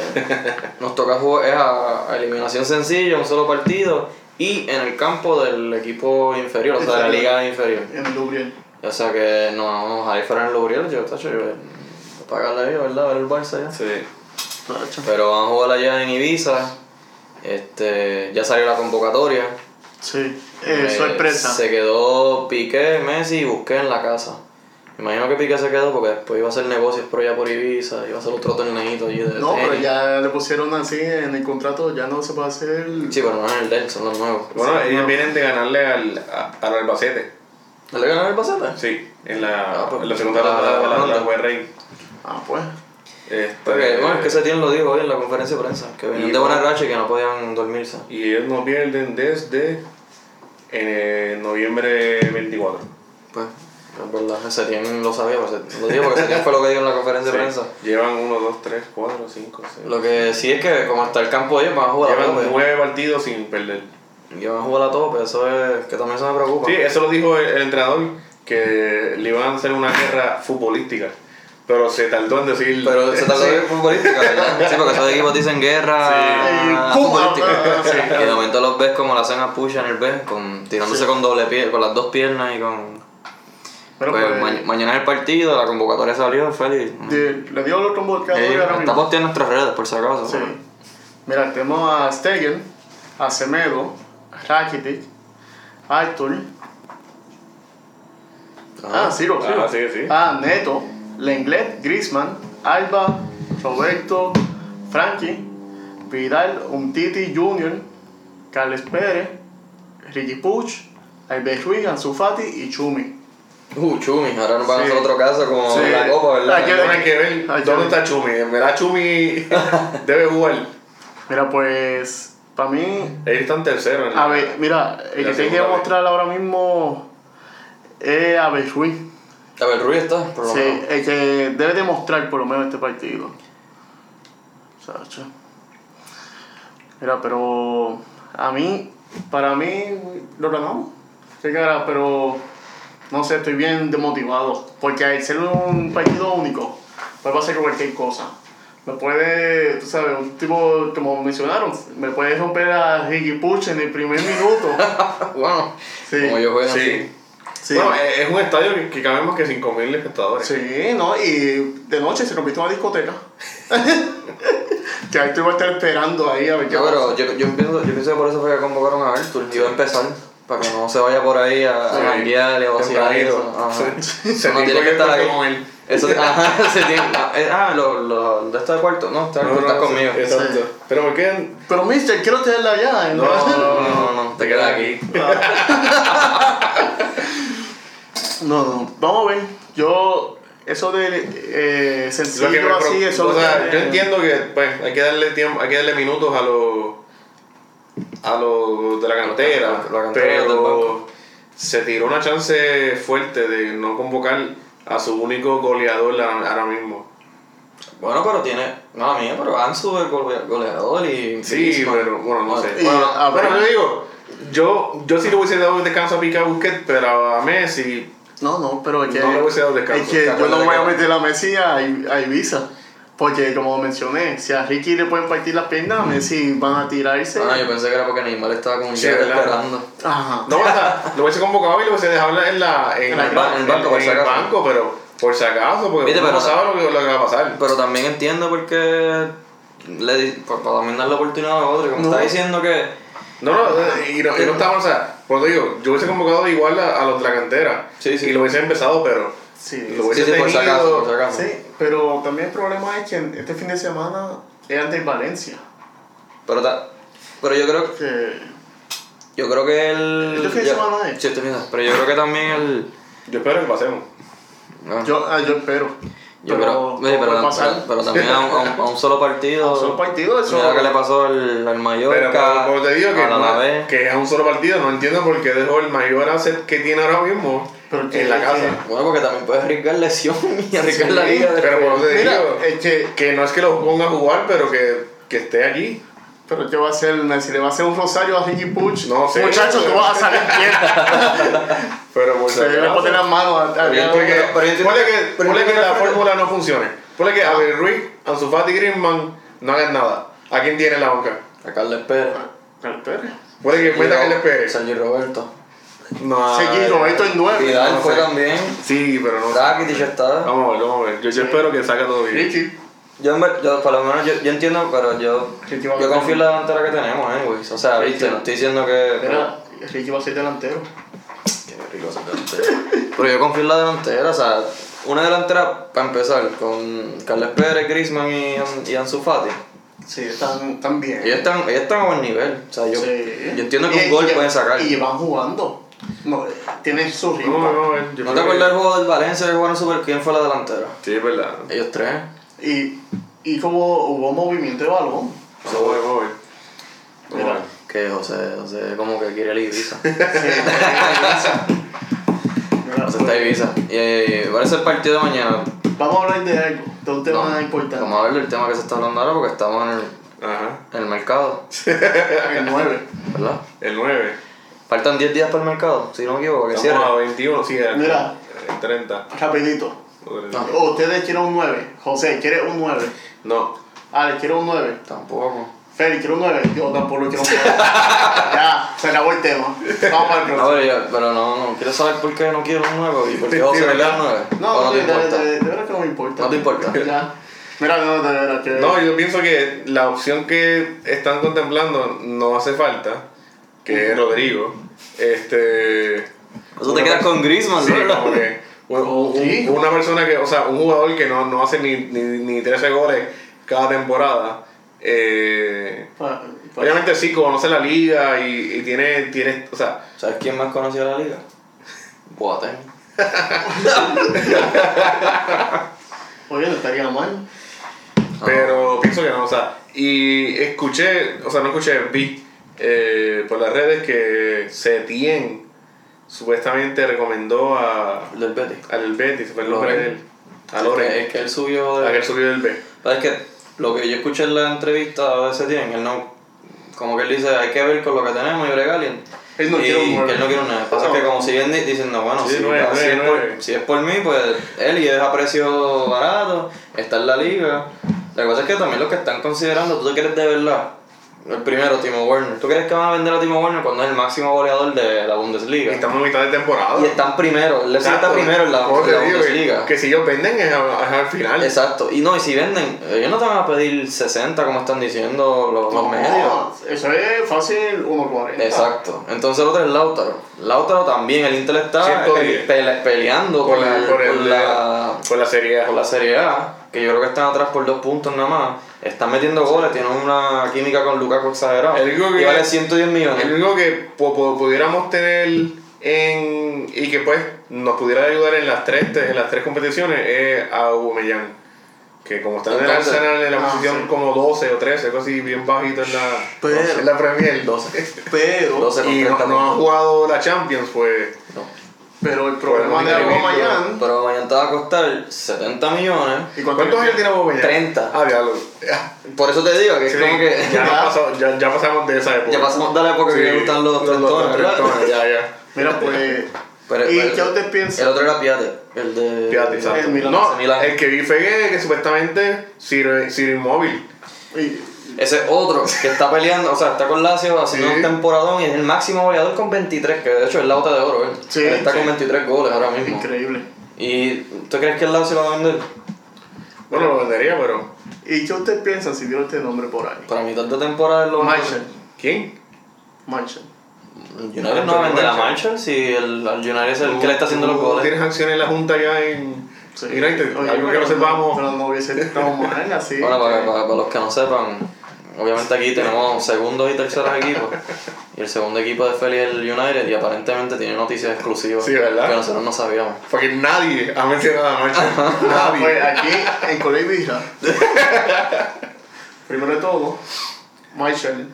C: nos toca jugar es a, a eliminación sencilla, un solo partido. Y en el campo del equipo inferior, o sea, de la liga inferior.
B: En el Lubriel.
C: O sea que no, ojalá y fueran los Orioles, yo, tacho, yo pagarle ahí, ¿verdad? Ver el Barça ya.
A: Sí.
B: Tacho.
C: Pero van a jugar allá en Ibiza. Este, ya salió la convocatoria.
B: Sí, eh,
C: Eh,
B: sorpresa.
C: Se quedó Piqué, Messi y Busqué en la casa. Me Imagino que Piqué se quedó porque después iba a hacer negocios por allá por Ibiza, iba a hacer otro torneito allí de
B: No, pero
C: tenis.
B: ya le pusieron así en el contrato, ya no se puede hacer.
C: Sí, pero no es el del, son los nuevos.
A: Bueno,
B: Sí,
A: ellos
B: no.
A: vienen de ganarle al, a- al Albacete.
C: ¿No le ganaron el Albacete?
A: Sí, en la,
C: Ah, pues,
A: en la segunda
C: la-
A: ronda de
C: la
A: la- la
C: ronda.
A: Juez Rey.
B: Ah, pues.
A: Este,
C: Porque, bueno, es que Setién lo dijo hoy en la conferencia de prensa, que venían
A: Y
C: de buena
A: bueno.
C: racha y que no podían dormirse.
A: Y ellos no pierden desde eh, noviembre 24.
C: Pues, es verdad, Setién lo sabía, pero Setién lo dijo porque Setién fue lo que dijo en la conferencia
A: Sí.
C: de prensa.
A: Llevan 1, 2, 3, 4, 5, 6.
C: Lo pues. que sí es que como está el campo de ellos, van a jugar a
A: Llevan
C: tope.
A: 9 partidos sin perder.
C: Y van a jugar a tope, eso es que también eso me preocupa.
A: Sí, eso lo dijo el, el entrenador, que le iban a hacer una guerra futbolística. Pero se tardó en decir.
C: Pero se tardó
A: Sí.
C: en futbolística, ¿verdad? Sí, porque esos equipos dicen guerra
B: Sí.
C: futbolística.
B: Sí.
C: Y de momento los ves como la hacen a Push en el B, con, tirándose
B: Sí.
C: con doble pie, con las dos piernas y con.
B: Pero,
C: pues,
B: pues,
C: ma- mañana es el partido, la convocatoria salió, Félix.
B: de- le dio el otro convocatorio
C: Eh,
B: ahora
C: está
B: mismo.
C: posteando en nuestras redes, por si acaso.
B: Sí. Mira, tenemos a Stegen, a Semedo, Rakitic, Arthur. Ah, Ciro, Ciro.
A: Ah, sí, sí.
B: Ah, Neto, Lenglet, Griezmann, Alba, Roberto, Frankie, Vidal, Umtiti Jr., Carles Pérez, Ricky Puch, Albert Ruiz, Ansu Fati y Chumi.
C: Uh, Chumi, ahora nos van a
B: Sí.
C: hacer otro caso como
B: Sí.
C: la copa, ¿verdad?
B: Ay, qué-
A: Ahora hay que ver
C: Ah,
B: Ay,
A: dónde
B: yo-
A: está Chumi. En verdad, Chumi debe jugar.
B: Mira, pues, para mí,
A: Él está en tercero. en la-
B: a ver,
A: La
B: mira, el que te
A: segunda
B: quiero
A: vez.
B: mostrar ahora mismo es Albert Ruiz.
C: A ver, Ruiz está, por lo
B: Sí,
C: menos.
B: el que debe demostrar por lo menos este partido. Sacho. Mira, pero a mí, para mí, lo ganamos. Sí, cara, pero no sé, estoy bien demotivado. Porque al ser un partido único, puede pasar cualquier cosa. Me puede, tú sabes, un tipo, como mencionaron, me puede romper a Ricky Puch en el primer minuto.
C: Bueno,
B: Sí.
C: como yo juego
A: Sí.
B: Sí.
A: Bueno, eh, es es un estadio que, que cabemos que 5.000 espectadores.
B: Sí, ¿no? Y de noche se convirtió en una discoteca. que ahí tú ibas a estar esperando ahí a ver qué
C: No,
B: pasa.
C: pero yo, yo, pienso, yo pienso que por eso fue que convocaron a Arthur. Iba a empezar, para que no se vaya por ahí a
A: Sí.
C: cambiar y a vacilar. y Eso,
A: Tempranito.
C: ajá.
A: Se-
C: Eso
A: se
C: no tiene
A: picó
C: que estar
A: el
C: ahí.
A: con él.
C: Eso, ajá, se tiene, no, eh, ah, lo, lo de este cuarto, no, este
A: No,
C: cuarto
A: no,
C: está
A: sí,
C: conmigo.
A: Exacto.
B: Sí.
A: Pero me quedan.
B: Pero, mister, quiero tenerla allá. ¿no?
C: No, no, no, no, no, te quedas aquí.
B: No, no, Vamos a ver. Yo, eso de eh,
A: Lo que me
B: sencillo así,
A: preocupa-
B: eso
A: o
B: lo
A: sea,
B: que-
A: yo entiendo que pues, hay que darle tiempo, hay que darle minutos a los a los de la cantera,
C: La cantera del
A: pero
C: banco.
A: se tiró una chance fuerte de no convocar a su único goleador la- ahora mismo.
C: Bueno, pero tiene, mala mía, pero Ansu es gole- goleador y.
A: Sí,
C: Griezmann.
A: pero bueno, no sé.
B: Y-
A: bueno,
B: ah,
A: bueno,
B: pero-
A: yo digo, yo, yo sí le hubiese dado descanso a Pica Busquets, pero a Messi
B: No, no, pero es que,
A: No le hubiese dado descanso.
B: es que
A: Te
B: yo
A: acuerdas
B: no
A: que-
B: voy a meter la Messi a, a Ibiza. Porque, como mencioné, si a Ricky le pueden partir las piernas, a Messi van a tirarse.
C: Ah, yo pensé que era porque Neymar estaba con un
A: Sí,
C: jet
A: ¿verdad?
C: esperando.
B: Ajá.
A: No, o sea, lo hubiese convocado y lo hubiese dejado en, la, en,
B: En el
C: ban- en el banco, por si
A: en el
C: acaso.
A: banco, pero por si acaso, porque
C: Viste,
A: uno no
C: pero-
A: sabe lo que, lo que va a pasar.
C: Pero también entiendo por qué le di- por- para también darle oportunidad a otro, como
B: No.
C: está diciendo que
A: No,
B: Ah,
A: no, y no, y no estaba, o sea, por eso digo, yo hubiese convocado igual a, a los de la cantera
C: Sí, sí.
A: y lo hubiese empezado, pero
B: Sí,
A: lo hubiese
C: Sí, sí, por si acaso, por si acaso.
B: Sí, pero también el problema es que en este fin de semana eran de Valencia.
C: Pero, ta- pero yo creo
B: Que,
C: yo creo que él
B: Este fin de
C: yo-
B: semana es.
C: Sí, este fin de- pero yo creo que también él
A: Yo espero que pasemos.
C: no,
B: yo, ah, yo espero.
C: yo creo-
B: pero,
C: oye, pero,
B: puede pasar?
C: pero también a un, a un- a un solo partido.
B: Son partidos, eso.
C: Mira lo que le pasó al, al
A: Pero
C: Mallorca.
A: como, como te digo, que,
C: al
A: no-
C: Alavés.
A: que es un solo partido, no entiendo por qué dejó el mayor asset que tiene ahora mismo
B: Pero que-
A: en la
B: que-
A: casa.
C: Bueno, porque también puedes arriesgar lesión y arriesgar la liga. de-
A: Pero por eso te
B: Mira,
A: digo,
B: es que,
A: que no es que lo ponga a jugar, pero que, que esté allí.
B: pero ¿qué va a hacer? Si le va a hacer un rosario a Ricky Puch,
A: No sé.
B: muchacho, tú vas a salir bien.
A: Pero pues, por si
B: Se le va a
A: acaso.
B: poner las manos a, a-
C: Bien,
A: Porque,
C: Pero- pero yo entiendo-
A: ponle que,
C: pero
A: ponle
C: yo
A: que
C: entiendo
A: la
C: que-
A: fórmula no funcione. Ponle que Abel Ruiz, Ansu Fati y Griezmann no hagan nada. ¿A quién tiene la banca?
C: A Carles Pérez.
B: Carlos Pérez.
A: Puede que meta que le espere.
C: Sergio Roberto. No,
B: Seguí, Roberto en nueve.
C: Vidal
A: No
C: fue
A: sé.
C: también.
A: Sí, pero no.
C: Rakitic ya está.
A: Vamos a ver, vamos a ver. Yo, yo espero que salga todo bien.
B: Richie.
C: Yo, en ver- yo, por lo menos, yo, yo entiendo, pero yo,
B: Sí, te iba a
C: yo
B: decir.
C: confío en la delantera que tenemos, anyways. O sea,
B: Sí,
C: viste,
B: sí.
C: no estoy diciendo que.
B: Mira, Richie va a ser delantero.
C: Qué rico esa delantera. Pero yo confío en la delantera, o sea, una delantera para empezar, con Carles Pérez, Griezmann y, y Ansu Fati.
B: Sí, están, están bien.
C: Ellos están, ellos están a buen nivel. O sea, yo,
B: Sí.
C: yo entiendo que
B: Y-
C: un gol
B: y-
C: pueden sacar.
B: Y van jugando. No, tienen su ritmo.
A: Vamos a ver, vamos a ver. Yo
C: ¿No
A: creo
C: te
A: que-
C: acuerdas del juego del Valencia que jugaron super? ¿Quién fue la delantera?
A: Sí, es verdad.
C: Ellos tres.
B: Y, y como hubo movimiento de balón.
A: Vamos a ver, vamos a ver. Vamos a ver.
B: Mira.
C: Que José, José como que quiere el Ibiza. José está Ibiza. Y eh, ¿cuál es el partido de mañana?
B: Vamos a hablar de algo, de un tema
C: No,
B: importante.
C: Vamos a ver el tema que se está hablando ahora porque estamos en el,
A: Ajá.
C: en el mercado,
B: El 9.
C: ¿verdad?
A: El 9.
C: Faltan 10 días para el mercado, si no me equivoco, que
A: Estamos
C: cierre.
A: a 21, sí. Eh, a-
B: Mira.
A: El 30.
B: Rapidito. Oh, Ustedes quieren un 9. José, ¿quiere un 9?
A: No.
B: Ale, ¿quiere un 9?
C: Ah, Tampoco.
B: Feli, ¿quiere un 9? Yo tampoco quiero un 9. ya, se acabó el tema. Vamos para el
C: No,
B: próximo.
C: pero, yo- pero no, no, quiero saber por qué no quiero un 9 y por qué José
A: Sí,
C: le da un
A: ¿verdad?
C: 9.
B: No,
C: no
B: sí,
C: te
B: de,
C: importa.
B: de- de verdad que no me importa.
C: No te importa.
B: Ya. Mira, no, de verdad que.
A: No, yo pienso que la opción que están contemplando no hace falta, que es Rodrigo. Este.
C: Eso te quedas con Griezmann,
A: Sí,
C: ¿verdad?
A: como que un-
B: Oh, sí.
A: un- una persona que, o sea, un jugador que no, no hace ni, ni, ni 13 goles cada temporada. eh,
B: Pa- pa-
A: obviamente sí conoce la liga y, y tiene, tiene, o sea,
C: ¿Sabes quién más conocía la liga? Boateng.
B: Oye, no estaría mal.
A: Pero pienso que no, o sea, y escuché, o sea, no escuché, vi eh, por las redes que Setien supuestamente recomendó a
C: El del Betis.
A: al Betis, fue el nombre
C: Loren.
A: de él, a
C: Es
A: Loren,
C: que él subió
A: a
C: de...
A: que él subió del B.
C: Pero es que lo que yo escuché en la entrevista de Setien, él no. Como que él dice, hay que ver con lo que tenemos y bregar. Y,
B: Él no
C: y
B: quiere un nueve.
C: que él no quiere un nueve. Pasa
B: No.
C: que como siguen di- diciendo, bueno,
A: Sí,
C: si,
A: nueve,
C: si
A: nueve,
C: es por,
A: nueve.
C: si es por mí, pues él y es a precio barato, está en la liga. La cosa es que también lo que están considerando, tú te quieres de verdad. El primero, Timo Werner. ¿Tú crees que van a vender a Timo Werner cuando es el máximo goleador de la
A: Y
C: Bundesliga?
A: estamos en mitad de temporada.
C: Y están primero, el Leipzig está
A: Exacto.
C: primero en la,
A: Por eso
C: en la
A: te digo que-
C: Bundesliga.
A: Que, si ellos venden es, a- es al final.
C: Exacto, y no, y si venden, ellos no te van a pedir 60 como están diciendo los, los medios.
B: Eso es fácil 1.40.
C: Exacto, entonces el otro es Lautaro. Lautaro también, el Intel está
A: 110.
C: pe- pele- peleando
A: Por
C: por,
A: la- por
C: por
A: el-
C: la,
A: Por la serie A.
C: por la Serie A, que yo creo que están atrás por dos puntos nada más. Están metiendo goles, tienen una química con Lukaku exagerada.
A: El único que-
C: Y vale 110
A: El
C: millones.
A: único que po- po- pudiéramos tener en y que pues nos pudiera ayudar en las tres en las tres competiciones es a Aubameyang que como está en el
C: Entonces-
A: Arsenal en la
B: Ah,
A: posición
B: sí.
A: como 12 o 13 algo así bien bajito en la
B: Pero-
A: en la Premier
C: 12.
B: Pero,
C: 12 con
A: y no,
C: 30
A: no ha
C: puntos.
A: jugado la Champions pues
C: No.
B: pero el problema
A: Bueno,
B: de
A: mira,
B: Aubameyang
C: Pero mañana te va a costar 70 millones.
B: ¿Y cuánto
A: ¿cuántos años tiene Aubameyang?
C: 30.
A: ah diablo
C: Por eso te digo que
A: Sí,
C: es como que.
A: ya, pasó- ya, ya pasamos de esa época
C: Ya pasamos de la época que le gustan los trentones, ¿verdad?
A: trentones, ya ya
B: Mira, pues.
C: Pero-
B: ¿Y
C: pero-
B: qué usted
C: El
B: piensa?
C: otro era Piate, el de.
A: Fíjate, exacto.
B: El Milan.
A: no,
C: Ese Milan.
A: el que vi fue que, que supuestamente Ciro, Ciro Inmóvil.
B: Y-
C: Ese es otro que está peleando, o sea, está con Lazio haciendo
A: Sí.
C: un temporadón y es el máximo goleador con 23, que de hecho es la bota de oro, él.
B: Sí,
C: Él está
B: sí.
C: con 23 goles ahora mismo.
B: Increíble.
C: ¿Y tú crees que el Lazio lo va a vender?
A: Bueno, lo vendería, pero.
B: ¿Y qué usted piensa si dio este nombre por ahí?
C: Para mitad de temporada es lo
B: Marshall.
A: ¿Quién?
B: Marshall.
C: United no va a vender a Marshall si el, el United es el que le está haciendo los
A: ¿Tú
C: goles.
A: ¿Tienes acciones en la Junta ya en
B: Sí.
A: United?
B: Oye,
A: Algo que
B: pero
A: no sepamos.
B: Pero no hubiese estado mal así.
C: Bueno, para, para- para los que no sepan, obviamente aquí tenemos segundos y terceros equipos. Y el segundo equipo de Feli es el United y aparentemente tiene noticias exclusivas
A: Sí, ¿verdad?
C: que nosotros no sabíamos.
A: Porque nadie ha mencionado a Marshall.
B: Ah,
A: nadie.
B: pues aquí en Coley Vija. Primero de todo, Marshall.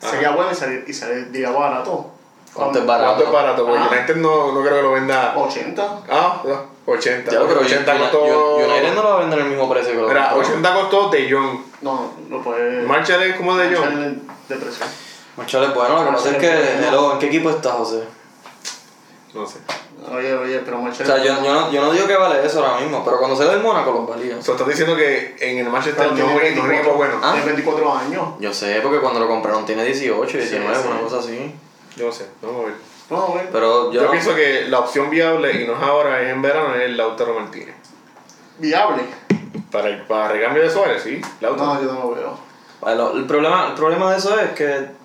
B: Sería bueno y sal- y saldría barato.
C: ¿Cuánto es
A: ¿Cuánto es barato? Porque
B: Ah.
A: United no, no creo que lo venda.
B: 80.
A: Ah, no, 80.
C: Ya, pero
A: 80
C: United,
A: costó.
C: United no lo va a vender al mismo precio que lo
A: Mira,
C: compró.
A: 80 costó De Jong.
B: No, no puede.
A: Marshall es como De Jong.
B: Marshall es depresión.
C: Marchales, bueno, lo que pasa es que,
B: Marchales, bueno.
C: hello, ¿en qué equipo estás, José?
A: No sé.
B: Oye, oye, pero
C: O
B: Marshall.
C: sea, yo, yo, no, yo no digo que vale eso ahora mismo, pero cuando se da el Mónaco los valía.
A: O sea, estás diciendo que en el Manchester
B: Pero
A: no
B: tiene
A: no es
B: 24.
A: bueno.
C: Ah.
B: Tiene 24 años.
C: Yo sé, porque cuando lo compraron tiene 18, 19,
B: sí.
C: una cosa así.
A: Yo no sé, vamos a ver.
B: No, bueno.
C: Pero yo,
A: Yo pienso que la opción viable, y no es ahora, es en verano, es Lautaro Martínez.
B: Viable.
A: Para el, para recambio de Suárez, sí. Lautaro.
B: No, yo no lo veo.
C: Bueno, el, problema, el problema de eso es que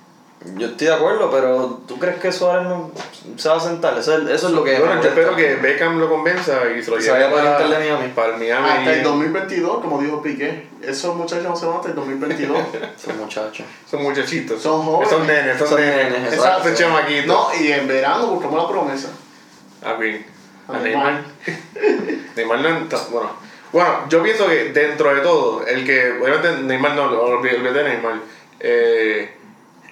C: yo estoy de acuerdo, pero ¿tú crees que Suárez no se va a sentar? Eso es, eso es lo que... me
A: bueno, yo
C: molesta.
A: espero que Beckham lo convenza y se lo
C: Se vaya
A: lleve
C: para el
A: para,
C: Inter de Miami.
A: para el Miami.
B: Hasta el 2022, como dijo Piqué, esos muchachos no se van hasta el 2022.
C: Son muchachos.
A: Son muchachitos.
B: Son jóvenes.
A: Son nenes, son,
C: Son
A: nenes.
C: nenes,
A: Exacto.
C: exacto.
A: Son chamaquitos.
B: no, y en verano buscamos la promesa.
A: A mí. A
B: A
A: Neymar.
B: Neymar.
A: Neymar no entra- Bueno. Bueno, yo pienso que dentro de todo, el que. Obviamente, Neymar no, olví- olvídate de Neymar. Eh,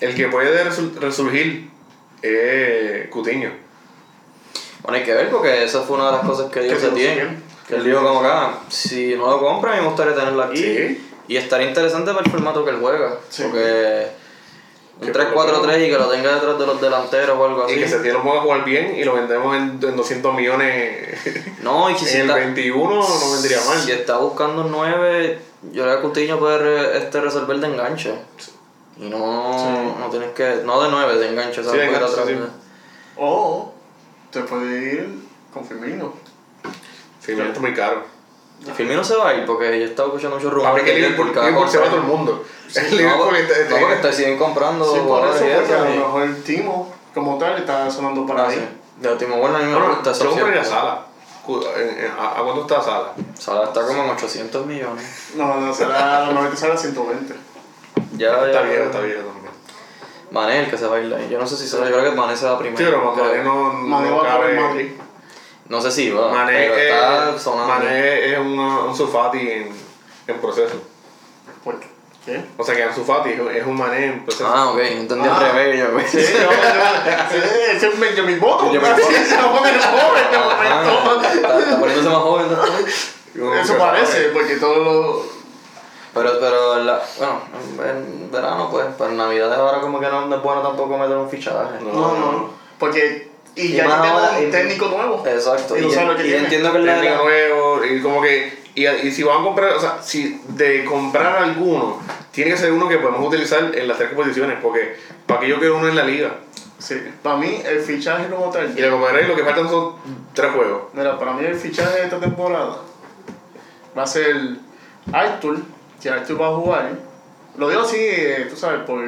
A: el que puede resu- resurgir es Cutiño.
C: Bueno, hay que ver porque esa fue una de las cosas que dijo
B: Que se
C: Setién.
B: consiguió.
C: Que él dijo como acá, si no lo compra, a mí me gustaría tenerlo aquí.
A: Sí.
C: Y estaría interesante para el formato que él juega.
B: Sí.
C: Porque un
A: Que por lo
C: 3-4-3 y que lo tenga detrás de los delanteros o algo
A: Y que
C: así.
A: se tiene lo ponga a jugar bien y lo vendemos en, en 200 millones.
C: No, y que si
A: en el
C: está-
A: 21 no vendría mal.
C: Si está buscando 9, yo creo que Coutinho puede re- este, resolver de enganche. Y no, no tienes que. No de 9, de enganche, ¿sabes?
A: de
C: Porque la
A: enganche,
C: otra
A: sí.
C: vez-
B: O te puede ir con Firmino.
A: Sí, me está muy caro.
C: Firmino se va a ir porque yo estaba escuchando muchos
A: A ver
C: rumores.
A: que
C: de
A: Liverpool,
C: cada
A: Liverpool se va a todo el
C: compra-
A: mundo. El
C: No,
A: Liverpool
C: porque-
A: está-
C: no, porque te siguen comprando.
B: Sí, por
C: jugadores
B: eso,
C: y
B: porque a
C: y-
B: lo mejor el Timo, como tal, está sonando para
C: Ah, sí.
B: ahí.
C: De último bueno, a mí me
A: Bueno,
C: gusta esa
A: yo compraría
C: opción.
A: Sala. Cu- en- en- ¿A a cuánto está Sala?
C: Sala está como en 800 millones.
B: No, no, será, normalmente será 120.
C: Ya,
A: Está
C: ya-
A: viejo, está viejo también.
C: Mané, el que se va a ir ahí. Yo no sé si se va, yo creo que Mané se va primero.
A: Sí, pero
C: creo.
A: Mané no,
B: Mané
A: no
B: va a acabar en
A: cabe.
B: Madrid.
C: No sé si va.
A: Mané,
C: pero
A: es-
C: está sonando.
A: Mané es un, un sulfati en, en proceso.
B: ¿Por qué? Pues, ¿Qué?
A: O sea que Ansu Fati es, es un mané en proceso.
C: Ah, ok, entendí
B: Ah.
C: al revés. yo, güey.
B: Sí, yo, yo, sí, ese es Benjamin Button.
C: Benjamin
B: Sí, se lo ponen joven de
C: Ah,
B: momento.
C: está, está poniéndose más joven. ¿no?
A: Uno
B: Eso
A: nunca
B: parece,
A: sabe.
B: porque todo lo.
C: Pero, pero la, bueno, en, en verano pues, pero en Navidad ahora como que no es bueno tampoco meter un fichaje.
A: No.
B: No, no. Porque. Y,
C: Y
B: ya
C: más
B: tenemos
C: ahora,
B: un
C: y-
B: técnico nuevo.
C: Exacto.
B: Y no sabe lo que
C: y
B: tiene.
C: entiendo que la-
A: Técnico nuevo, y como que. Y, y si van a comprar, o sea, si de comprar alguno, tiene que ser uno que podemos utilizar en las tres competiciones, porque para que yo quiero uno en la liga.
B: Sí, para mí el fichaje como tal.
A: Y la Copa del Rey lo que faltan son tres juegos.
B: Mira, para mí el fichaje de esta temporada va a ser Arthur, que Arthur va a jugar. Lo digo así, eh, tú sabes, por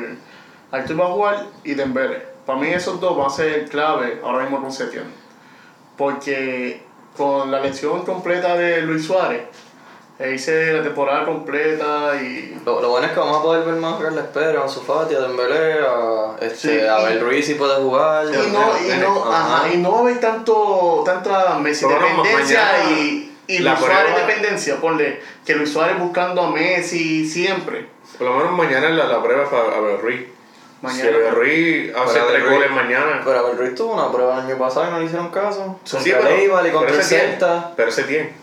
B: Arthur va a jugar y Dembele. Para mí esos dos van a ser clave ahora mismo con Setién. Porque con la lesión completa de Luis Suárez, eh, hice la temporada completa y...
C: Lo, lo bueno es que vamos a poder ver más a Carles Pérez, a Ansu Fati, a Dembélé, a, este,
B: Sí,
C: a
B: y-
C: Abel Ruiz si puede jugar.
B: Y no, y no,
C: Ajá.
B: ajá, y no hay tanto, tanta Messi
A: Pero no,
B: dependencia
A: mañana
B: y, y
A: la
B: Luis Suárez
A: prueba-
B: dependencia, ponle, que Luis Suárez buscando a Messi siempre.
A: Por lo menos mañana la, la prueba es para Abel Ruiz.
B: Mañana.
A: Si Abel Ruiz hace
C: Para Abel
A: tres
C: Ruiz.
A: goles mañana.
C: Pero Abel Ruiz tuvo una prueba el año pasado y no le hicieron caso.
A: Sí,
C: Contra
A: pero-
C: el Eibar y contra
A: pero
C: el
A: ese tiene,
C: Celta.
A: Pero ese tiene.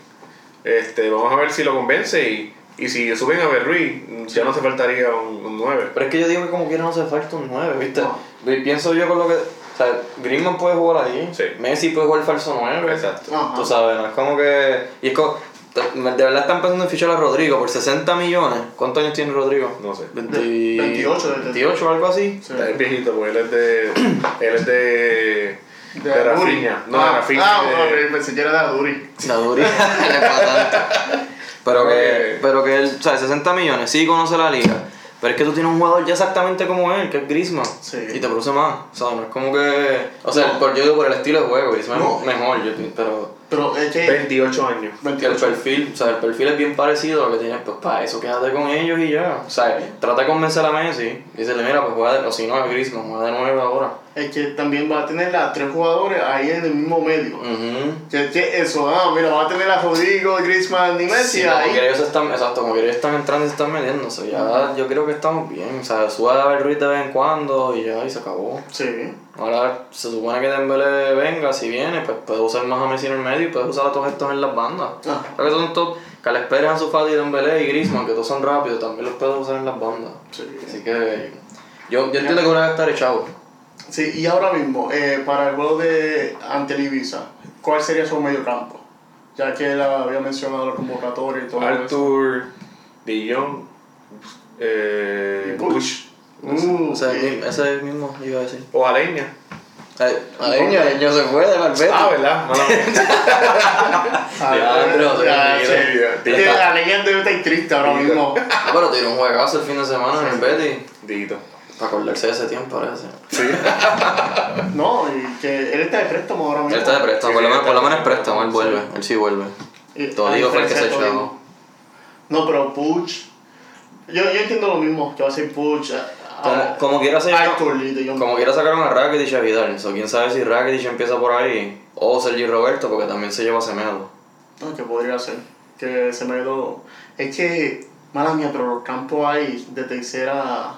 A: Este, vamos a ver si lo convence y, y si suben a Abel Ruiz, ya no se faltaría un, 9.
C: Pero es que yo digo que como quiera no hace falta un 9, ¿viste?
B: No.
C: Y Pienso yo con lo que... O sea, Griezmann puede jugar ahí.
A: Sí.
C: Messi puede jugar falso 9.
A: Exacto.
B: Ajá.
C: Tú sabes, no es como que... Y es como... De verdad están pensando en fichar a Rodrigo por 60 millones. ¿Cuántos años tiene Rodrigo?
A: No sé.
C: 20
B: 28, de-
C: 28 o algo así.
B: Sí.
A: Está bien viejito porque él es de. él es de. De, Rafinha. No, de
B: ah,
A: Rafinha.
B: Ah,
A: de-
B: bueno, pero pensé que era de Aduri.
C: La dura. pero que, pero que él, o sea, 60 millones, sí conoce la liga. Pero es que tú tienes un jugador ya exactamente como él, que es Griezmann.
B: Sí.
C: Y te produce más. O sea, no es como que. O sea, por, yo digo por el estilo de juego, Griezmann
B: No.
C: es mejor, yo, pero.
B: Pero es que
A: 28 años.
C: que el
B: 28.
C: perfil, o sea, el perfil es bien parecido a lo que tienes, pues para eso quédate con ellos y ya. O sea, trata de convencer a Messi. Dicele, mira, pues juega de, o si no es Griezmann, juega de nuevo ahora.
B: Es que también va a tener a tres jugadores ahí en el mismo medio.
C: Ujú.
B: Que, que eso, ah, mira, va a tener a Rodrigo, Griezmann y Messi
C: Sí, como
B: ahí.
C: quiera ellos están, exacto, como quiera ellos están entrando y se están metiendo, o sea, ya yo creo que estamos bien, o sea, sube a ver Ruiz de vez en cuando y ya, y se acabó.
B: Sí.
C: Ahora se supone que Dembélé venga, si viene, pues puedes usar más a Messi en el medio y puedes usar a todos estos en las bandas.
B: Ah.
C: Creo que son todos, Carles Pérez, Ansu Fati, Dembélé y Griezmann, que todos son rápidos, también los puedes usar en las bandas.
B: Sí.
C: Así que, yo, yo entiendo que van a estar echado.
B: Sí, y ahora mismo, eh, para el juego de ante el Ibiza, ¿cuál sería su medio campo? Ya que él había mencionado la convocatoria y todo eso.
A: Arthur, De Jong, eh,
B: Y Bush. Uh,
C: O sea,
B: sí.
C: Uh, ese mismo iba a decir.
A: o Aleña.
C: Aleño, Aleño se fue del Alberto.
A: Ah, ¿verdad? Mala mía.
C: Alejandro,
B: Ah, Ya,
C: tranquilo.
B: sí.
A: Dito.
B: Tiene La leyenda de está triste ahora
A: Dito.
B: mismo.
C: Ah, pero tiró un juegazo el fin de semana en el Betis.
A: Dito.
C: Para acordarse de ese tiempo, parece.
A: Sí.
B: No, y que él está de préstamo ahora
C: Él
B: mismo.
C: está de préstamo,
A: Sí,
C: por lo menos,
A: está
C: por lo menos es
A: bien.
C: préstamo, él vuelve, él sí vuelve.
B: Y-
C: Todavía fue el que se
B: a diferencia de
C: echó.
B: Todino. No, pero Puch. Yo, yo entiendo lo mismo que va a ser Puch. a- a-
C: Como, como quiera se
B: Arthur Lee de John
C: Como quiera sacaron a Rakitic y a Vidal. So, quién sabe si Rakitic empieza por ahí. O Sergi Roberto, porque también se lleva a Semedo.
B: No, que podría ser. Que se me dio. Es que, mala mía, pero los campos hay de tercera.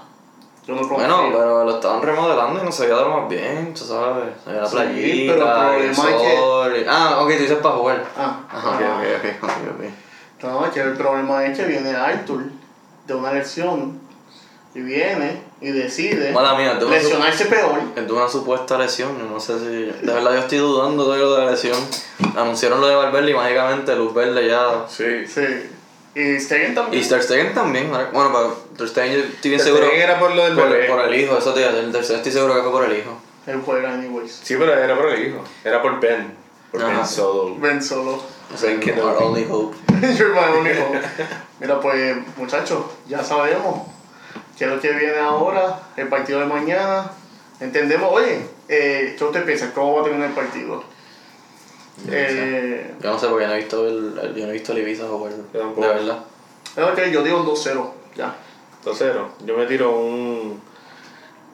B: Yo no confío.
C: Bueno, pero lo estaban remodelando y no se había dado más bien, tú sabes. Se veía la
B: Sí,
C: playita,
B: pero el
C: el
B: problema es que-
C: sol. y- Ah, ok, tú dices para jugar.
B: Ah,
C: Ah, ok,
B: ah.
C: ok, ok, ok, ok.
B: No, es que el problema es que viene Arthur de una lesión y viene y decide
C: Mala mía, tú me
B: lesionarse peor.
C: Es de una supuesta lesión, yo no sé si... De verdad yo estoy dudando de lo de la lesión. Anunciaron lo de Valverde y mágicamente Luz Verde ya...
A: Sí.
B: Sí. Y Stegen también.
C: Y Ter Stegen también, ¿verdad? bueno, pero Ter Stegen yo estoy bien
A: Te
C: seguro...
A: creí que era por lo del
C: Por,
A: bebé.
C: por el hijo, eso te digo, el Ter Stegen estoy seguro que fue por el hijo.
B: Él juega anyways.
A: Sí, pero era por el hijo. Era por Ben. Por
C: Ajá.
A: Ben Sodol.
B: Ven solo.
A: Ben
C: que
A: Kenobi.
C: Our only hope.
B: You're my only hope. Mira, pues, muchachos, ya sabemos qué es lo que viene ahora, el partido de mañana. Entendemos, oye, eh, ¿qué usted piensa? ¿Cómo va a terminar el partido? Eh,
C: Yo no sé porque yo no he visto el, el- yo no he visto el Ibiza jugar, de
A: Yo tampoco.
C: verdad.
B: es lo que yo digo un 2-0, ya.
A: 2-0. Yo me tiro un.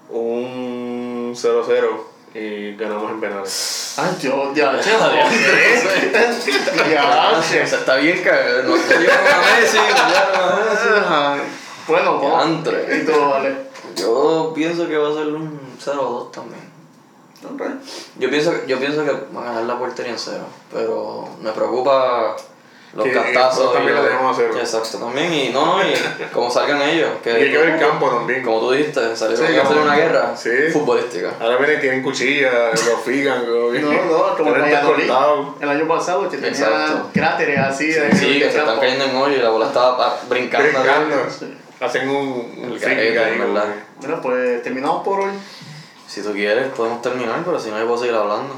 A: Un 0-0 y ganamos en penales.
B: Ay, Dios, ya, che, joder. Ya,
C: O sea,
B: che.
C: está bien que no se dieron a Messi, no dieron a Messi.
B: Ajá. Ah, Bueno, vamos.
C: Diantre.
B: Y todo, vale.
C: Yo pienso que va a ser un 0-2 también.
B: pues.
C: Yo pienso, yo pienso que van a ganar la portería en cero, pero me preocupa los
A: Que
C: cantazos.
A: nosotros también
C: y
A: la
C: los-
A: dejamos a cero.
C: Exacto, también. Y no, no, y como salgan ellos.
A: Y hay que ver el campo también.
C: Como tú dijiste, salieron
B: Sí,
C: a hacer
B: como-
C: una guerra
A: Sí.
C: futbolística.
A: Ahora vienen y tienen cuchilla, lo figan, lo
B: No, no, como el
A: Tienen
B: Valladolid.
A: cortado.
B: El año pasado que tenía
C: Exacto.
B: cráteres así. de-
C: Sí, que
B: de
C: se están
B: campo.
C: cayendo en hoyo y la bola estaba pa- brincando.
A: Brincando.
B: Sí.
A: Hacen un, un
C: El
A: flick
C: garete,
A: ahí,
C: en
A: como
C: verdad.
A: que-
B: Bueno, pues terminamos por hoy.
C: Si tú quieres, podemos terminar, pero si no, yo puedo seguir hablando.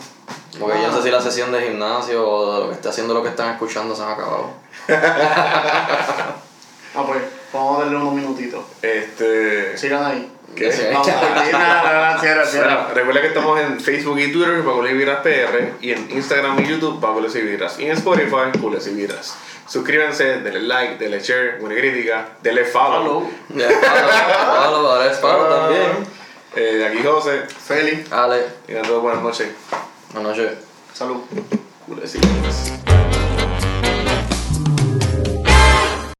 C: Porque yo no sé si la sesión de gimnasio o de lo que está haciendo lo que están escuchando se han acabado.
B: Ah, pues, vamos a darle unos minutitos.
A: Este.
B: Sigan ahí.
A: ¿Qué?
C: Sí.
B: Vamos a terminar. Cierra,
A: Bueno,
B: cierra.
A: recuerda que estamos en Facebook y Twitter, Paco Viras PR, y en Instagram y YouTube, Paco y Viras, y en Spotify, Cules y Viras. Suscríbanse, denle like, denle share, buena crítica, denle follow.
B: Hello.
C: Ya, Pablo, Pablo, ahora es Pablo
A: Ah.
C: también.
A: Eh, aquí José,
B: Feli.
C: Ale,
A: y a todos buenas noches,
C: buenas noches.
B: Salud.
A: Cules y Viras.